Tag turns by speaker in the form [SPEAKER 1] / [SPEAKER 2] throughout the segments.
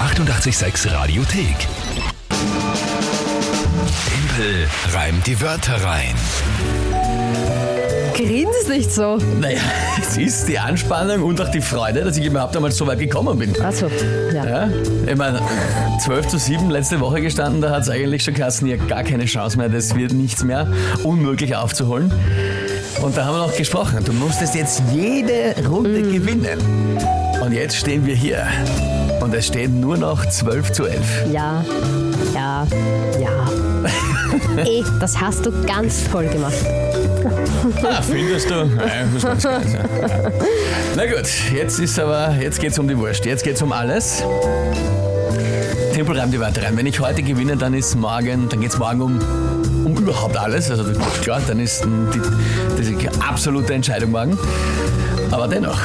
[SPEAKER 1] 886 Radiothek. Tempel reimt die Wörter rein.
[SPEAKER 2] Grins nicht so.
[SPEAKER 3] Naja, es ist die Anspannung und auch die Freude, dass ich überhaupt einmal so weit gekommen bin.
[SPEAKER 2] Also, ja.
[SPEAKER 3] Ja, ich meine, 12 zu 7 letzte Woche gestanden, da hat es eigentlich schon Kassen ja gar keine Chance mehr, das wird nichts mehr unmöglich aufzuholen. Und da haben wir noch gesprochen, du musstest jetzt jede Runde gewinnen. Und jetzt stehen wir hier und es stehen nur noch 12 zu 11.
[SPEAKER 2] Ja, ja, ja. Ey, das hast du ganz toll gemacht.
[SPEAKER 3] Ah, findest du? Nein, das ist ganz geil, ja. Na gut, jetzt ist aber, jetzt geht's um die Wurst, jetzt geht's um alles. Tempel reimt die Wörter rein. Wenn ich heute gewinne, dann ist morgen, dann geht's morgen um, um überhaupt alles. Also klar, dann ist mm, die, das ist die absolute Entscheidung morgen. Aber dennoch,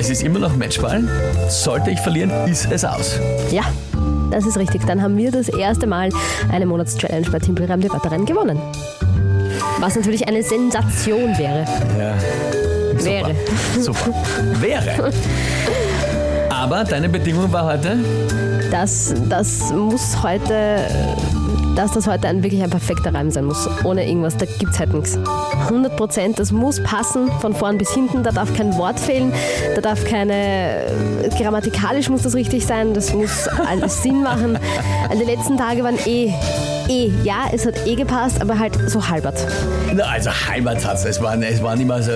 [SPEAKER 3] es ist immer noch Matchball. Sollte ich verlieren, ist es aus.
[SPEAKER 2] Ja, das ist richtig. Dann haben wir das erste Mal eine Monatschallenge bei Timpelreim Debatterin gewonnen. Was natürlich eine Sensation wäre.
[SPEAKER 3] Ja.
[SPEAKER 2] Wäre.
[SPEAKER 3] Super. Super. Wäre. Aber deine Bedingung war heute,
[SPEAKER 2] Das, das muss heute, dass das heute ein, wirklich ein perfekter Reim sein muss. Ohne irgendwas, da gibt's halt nichts. 100 Prozent, das muss passen, von vorn bis hinten. Da darf kein Wort fehlen, da darf keine, grammatikalisch muss das richtig sein, das muss alles Sinn machen. Und die letzten Tage waren eh, eh, ja, es hat eh gepasst, aber halt so halbert.
[SPEAKER 3] Na, also Heimatsatz, es waren, es waren immer so.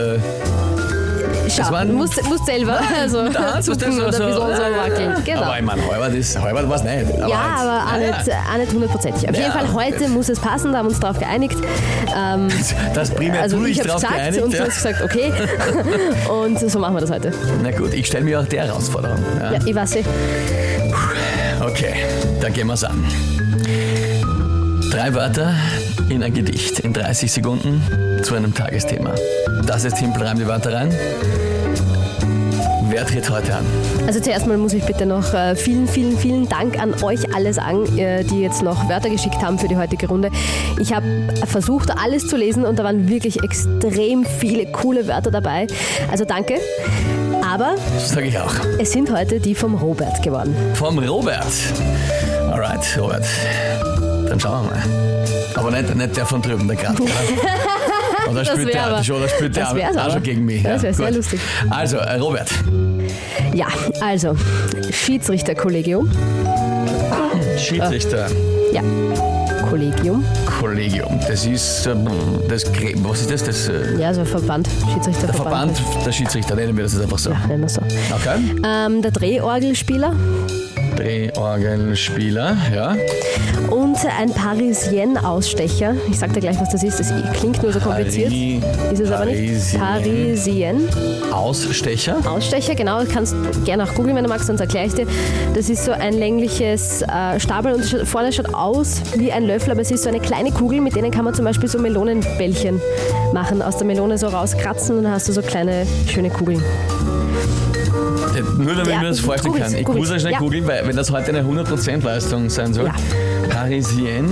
[SPEAKER 2] Schau,
[SPEAKER 3] war ein-
[SPEAKER 2] muss, muss selber, also, zucken und ein bisschen so wackeln. Genau.
[SPEAKER 3] Aber ich meine, Heuwert ist, Heuwert war es nicht. Aber
[SPEAKER 2] Ja,
[SPEAKER 3] jetzt-
[SPEAKER 2] aber auch nicht, auch nicht hundertprozentig. Auf
[SPEAKER 3] Ja,
[SPEAKER 2] jeden Fall, heute
[SPEAKER 3] das-
[SPEAKER 2] muss es passen, da haben wir uns drauf geeinigt. Ähm,
[SPEAKER 3] Das primär
[SPEAKER 2] also
[SPEAKER 3] du
[SPEAKER 2] ich
[SPEAKER 3] dich
[SPEAKER 2] habe
[SPEAKER 3] drauf
[SPEAKER 2] gesagt
[SPEAKER 3] geeinigt.
[SPEAKER 2] und du
[SPEAKER 3] ja.
[SPEAKER 2] hast gesagt, okay. und so machen wir das heute.
[SPEAKER 3] Na gut, ich stelle mir auch der Herausforderung. Ja.
[SPEAKER 2] Ja, ich weiß nicht.
[SPEAKER 3] Okay, dann gehen wir's an. Drei Wörter in ein Gedicht in 30 Sekunden zu einem Tagesthema. Das ist Timpel, reim die Wörter rein. Wer tritt heute an?
[SPEAKER 2] Also zuerst mal muss ich bitte noch äh, vielen, vielen, vielen Dank an euch alle sagen, äh, die jetzt noch Wörter geschickt haben für die heutige Runde. Ich habe versucht, alles zu lesen und da waren wirklich extrem viele coole Wörter dabei. Also danke. Aber
[SPEAKER 3] Das sage ich auch.
[SPEAKER 2] es sind heute die vom Robert geworden.
[SPEAKER 3] Vom Robert. Alright, Robert. Dann schauen wir mal. Aber nicht, nicht der von drüben, der gerade. Oder, oder
[SPEAKER 2] Das
[SPEAKER 3] spielt
[SPEAKER 2] wär
[SPEAKER 3] der,
[SPEAKER 2] aber-
[SPEAKER 3] oder spielt der
[SPEAKER 2] das wär's
[SPEAKER 3] auch
[SPEAKER 2] aber.
[SPEAKER 3] schon gegen mich?
[SPEAKER 2] Das
[SPEAKER 3] ja,
[SPEAKER 2] wär sehr
[SPEAKER 3] gut.
[SPEAKER 2] lustig.
[SPEAKER 3] Also, äh, Robert,
[SPEAKER 2] Ja, also Schiedsrichterkollegium.
[SPEAKER 3] Schiedsrichter.
[SPEAKER 2] Ja, Kollegium.
[SPEAKER 3] Ah. Kollegium. Das ist ähm, das Gre- Was ist das? das äh,
[SPEAKER 2] Ja, also Verband.
[SPEAKER 3] der
[SPEAKER 2] Schiedsrichterverband.
[SPEAKER 3] Verband der Schiedsrichter, nennen wir das jetzt einfach so.
[SPEAKER 2] Ja, nennen wir so.
[SPEAKER 3] Okay.
[SPEAKER 2] Ähm, der Drehorgelspieler
[SPEAKER 3] Drehorgelspieler, ja.
[SPEAKER 2] und ein Parisien-Ausstecher. Ich sag dir gleich, was das ist. Das klingt nur so kompliziert.
[SPEAKER 3] Pari-
[SPEAKER 2] ist es aber nicht.
[SPEAKER 3] Parisien.
[SPEAKER 2] Parisien-Ausstecher,
[SPEAKER 3] Ausstecher.
[SPEAKER 2] genau. Kannst gerne auch googeln, wenn du magst, sonst erkläre ich dir. Das ist so ein längliches äh, Stabel und scha- vorne schaut aus wie ein Löffel, aber es ist so eine kleine Kugel, mit denen kann man zum Beispiel so Melonenbällchen machen. Aus der Melone so rauskratzen und dann hast du so kleine, schöne Kugeln.
[SPEAKER 3] Äh, Nur damit
[SPEAKER 2] Ja,
[SPEAKER 3] ich mir das vorstellen
[SPEAKER 2] googles,
[SPEAKER 3] kann. Ich
[SPEAKER 2] googles.
[SPEAKER 3] muss das schnell
[SPEAKER 2] Ja.
[SPEAKER 3] googeln, weil wenn das heute eine 100% Leistung sein soll.
[SPEAKER 2] Ja.
[SPEAKER 3] Parisien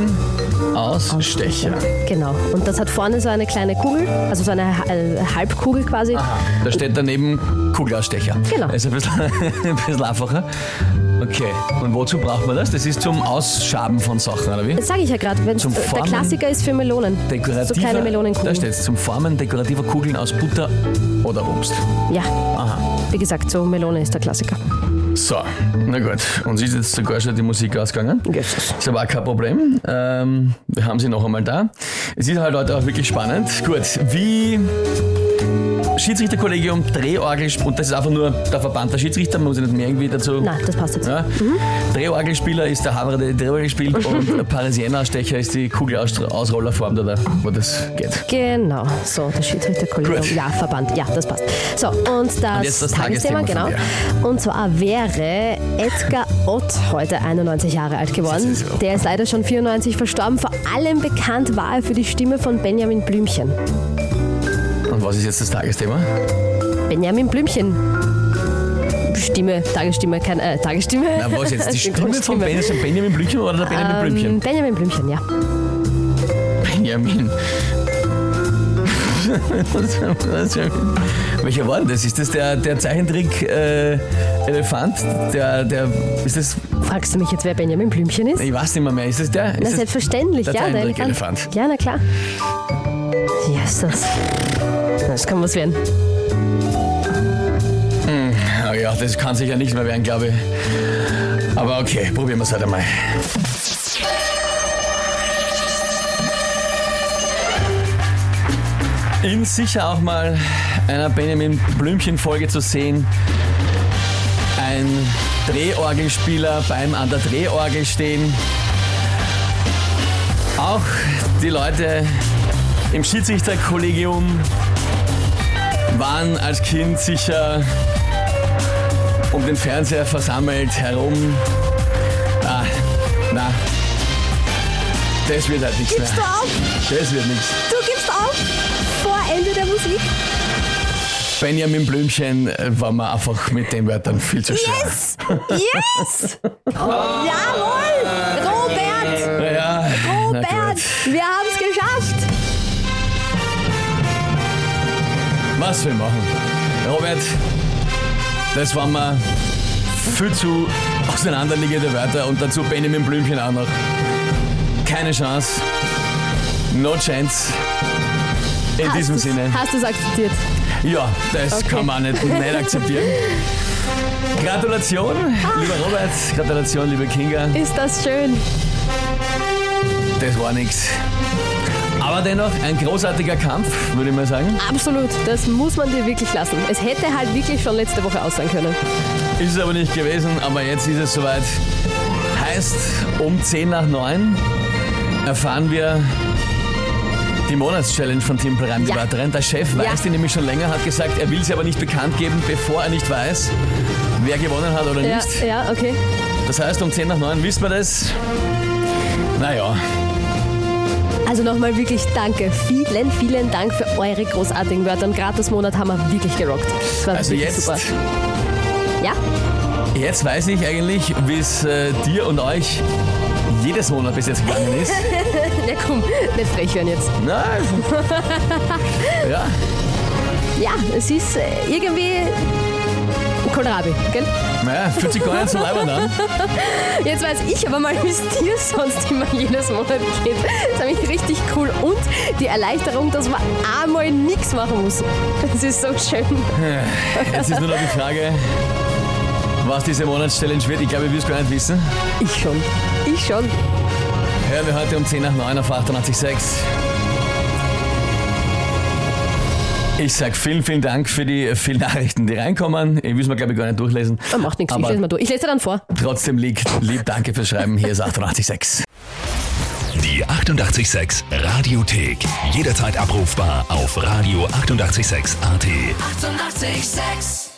[SPEAKER 3] Ausstecher.
[SPEAKER 2] Genau. Und das hat vorne so eine kleine Kugel, also so eine Ha- äh, Halbkugel quasi.
[SPEAKER 3] Da steht daneben Kugelausstecher.
[SPEAKER 2] Genau.
[SPEAKER 3] Ist ein bisschen, ein bisschen einfacher. Okay. Und wozu braucht man das? Das ist zum Ausschaben von Sachen, oder wie?
[SPEAKER 2] Das sage ich ja gerade, wenn
[SPEAKER 3] Zum
[SPEAKER 2] der
[SPEAKER 3] Formen-
[SPEAKER 2] Klassiker ist für Melonen.
[SPEAKER 3] Dekorativer,
[SPEAKER 2] So kleine
[SPEAKER 3] Da
[SPEAKER 2] Melonenkugeln.
[SPEAKER 3] steht zum Formen dekorativer Kugeln aus Butter oder Obst.
[SPEAKER 2] Ja,
[SPEAKER 3] Aha.
[SPEAKER 2] wie gesagt, so Melone ist der Klassiker.
[SPEAKER 3] So, na gut. Uns ist jetzt sogar schon die Musik ausgegangen.
[SPEAKER 2] Jesus.
[SPEAKER 3] Ist aber auch kein Problem. Ähm, wir haben sie noch einmal da. Es ist halt heute auch wirklich spannend. Gut, wie Schiedsrichterkollegium, Drehorgel und das ist einfach nur der Verband der Schiedsrichter, man muss ja nicht mehr irgendwie dazu.
[SPEAKER 2] Nein, das passt jetzt. Mhm.
[SPEAKER 3] Ja? Drehorgelspieler ist der Haber, der die Drehorgel spielt und der Parisienausstecher ist die Kugelausrollerform, da, da, wo das geht.
[SPEAKER 2] Genau, so, der Schiedsrichterkollegium.
[SPEAKER 3] Gut.
[SPEAKER 2] Ja, Verband, ja, das passt. So, und das,
[SPEAKER 3] jetzt das Tagesthema
[SPEAKER 2] Tagesthema,
[SPEAKER 3] von
[SPEAKER 2] genau. Und zwar wäre Edgar Ott heute 91 Jahre alt geworden.
[SPEAKER 3] Das ist ja-
[SPEAKER 2] Der ist leider schon 94 verstorben. Vor allem bekannt war er für die Stimme von Benjamin Blümchen.
[SPEAKER 3] Und was ist jetzt das Tagesthema?
[SPEAKER 2] Benjamin Blümchen. Stimme, Tagesstimme, keine äh, Tagesstimme.
[SPEAKER 3] Na, was jetzt? Die Stimme von
[SPEAKER 2] Synchronstimme.
[SPEAKER 3] Benjamin, Benjamin Blümchen oder der Benjamin
[SPEAKER 2] Ähm,
[SPEAKER 3] Blümchen?
[SPEAKER 2] Benjamin Blümchen, ja.
[SPEAKER 3] Benjamin. Welcher war denn das? Ist das der, der Zeichentrick äh, Elefant? Der, der, ist das,
[SPEAKER 2] Fragst du mich jetzt, wer Benjamin Blümchen ist?
[SPEAKER 3] ich weiß nicht mehr mehr, ist das der? Ist
[SPEAKER 2] Na,
[SPEAKER 3] das-
[SPEAKER 2] selbstverständlich,
[SPEAKER 3] der
[SPEAKER 2] ja.
[SPEAKER 3] Zeichentrick Elefant.
[SPEAKER 2] Elefant. Ja, na klar. Jesus. Das kann was werden.
[SPEAKER 3] Ah, ja, das kann sicher nicht mehr werden, glaube ich. Aber okay, probieren wir es halt einmal. In sicher auch mal einer Benjamin Blümchen-Folge zu sehen. Ein Drehorgelspieler beim an der Drehorgel stehen. Auch die Leute im Schiedsrichterkollegium waren als Kind sicher um den Fernseher versammelt herum. Ah, na. Das wird halt nichts mehr.
[SPEAKER 2] Gibst du auf?
[SPEAKER 3] Das wird nichts.
[SPEAKER 2] Du gibst auf? Vor Ende der Musik?
[SPEAKER 3] Benjamin Blümchen äh, war mir einfach mit den Wörtern viel zu schwer.
[SPEAKER 2] Yes! Yes! Oh, Jawohl! Robert!
[SPEAKER 3] Ja, na
[SPEAKER 2] Robert!
[SPEAKER 3] gut.
[SPEAKER 2] Wir haben es geschafft!
[SPEAKER 3] Was wir machen. Robert, das waren mir viel zu auseinanderliegende Wörter und dazu Benjamin Blümchen auch noch. Keine Chance. No chance. In diesem
[SPEAKER 2] Hast du's-
[SPEAKER 3] Sinne.
[SPEAKER 2] Hast du es akzeptiert?
[SPEAKER 3] Ja, das
[SPEAKER 2] Okay.
[SPEAKER 3] kann man nicht, nicht akzeptieren. Gratulation, lieber Robert, Gratulation, liebe Kinga.
[SPEAKER 2] Ist das schön?
[SPEAKER 3] Das war nix. Aber dennoch ein großartiger Kampf, würde ich mal sagen.
[SPEAKER 2] Absolut. Das muss man dir wirklich lassen. Es hätte halt wirklich schon letzte Woche aus sein können.
[SPEAKER 3] Ist es aber nicht gewesen, aber jetzt ist es soweit. Heißt, um 10 nach 9 erfahren wir die Monatschallenge von Tim Brand, die
[SPEAKER 2] Ja.
[SPEAKER 3] weiteren. Der Chef
[SPEAKER 2] Ja.
[SPEAKER 3] weiß die nämlich schon länger, hat gesagt, er will sie aber nicht bekannt geben, bevor er nicht weiß, wer gewonnen hat oder
[SPEAKER 2] Ja,
[SPEAKER 3] nicht.
[SPEAKER 2] ja, okay.
[SPEAKER 3] Das heißt, um 10 nach 9 wissen wir das. Naja,
[SPEAKER 2] Also nochmal wirklich danke. Vielen, vielen Dank für eure großartigen Wörter. Und gerade das Monat haben wir wirklich gerockt. Das war
[SPEAKER 3] also
[SPEAKER 2] wirklich
[SPEAKER 3] jetzt,
[SPEAKER 2] super. Ja?
[SPEAKER 3] jetzt weiß ich eigentlich, wie es äh, dir und euch jedes Monat bis jetzt gegangen ist.
[SPEAKER 2] Na komm, nicht frech werden jetzt.
[SPEAKER 3] Nein. ja,
[SPEAKER 2] Ja, es ist äh, irgendwie Kohlrabi, gell?
[SPEAKER 3] naja, fühlt sich gar nicht so leibend an.
[SPEAKER 2] Jetzt weiß ich aber mal, wie es dir sonst immer jedes Monat geht. Das ist ich richtig cool. Und die Erleichterung, dass man einmal nichts machen muss. Das ist so schön.
[SPEAKER 3] Jetzt ist nur noch die Frage, was diese Monatschallenge wird. Ich glaube, ich will es gar nicht wissen.
[SPEAKER 2] Ich schon. Ich schon.
[SPEAKER 3] Hören wir heute um 10 nach 9 auf 88.6. Ich sag vielen, vielen Dank für die vielen Nachrichten, die reinkommen. Ich will es mir, glaube ich, gar nicht durchlesen.
[SPEAKER 2] Man macht nichts. Ich
[SPEAKER 3] Aber-
[SPEAKER 2] lese mal durch. Ich lese dir dann vor.
[SPEAKER 3] Trotzdem lieb, lieb danke fürs Schreiben. Hier ist 886.
[SPEAKER 1] Die 886 Radiothek. Jederzeit abrufbar auf radio886.at. 886!
[SPEAKER 4] 886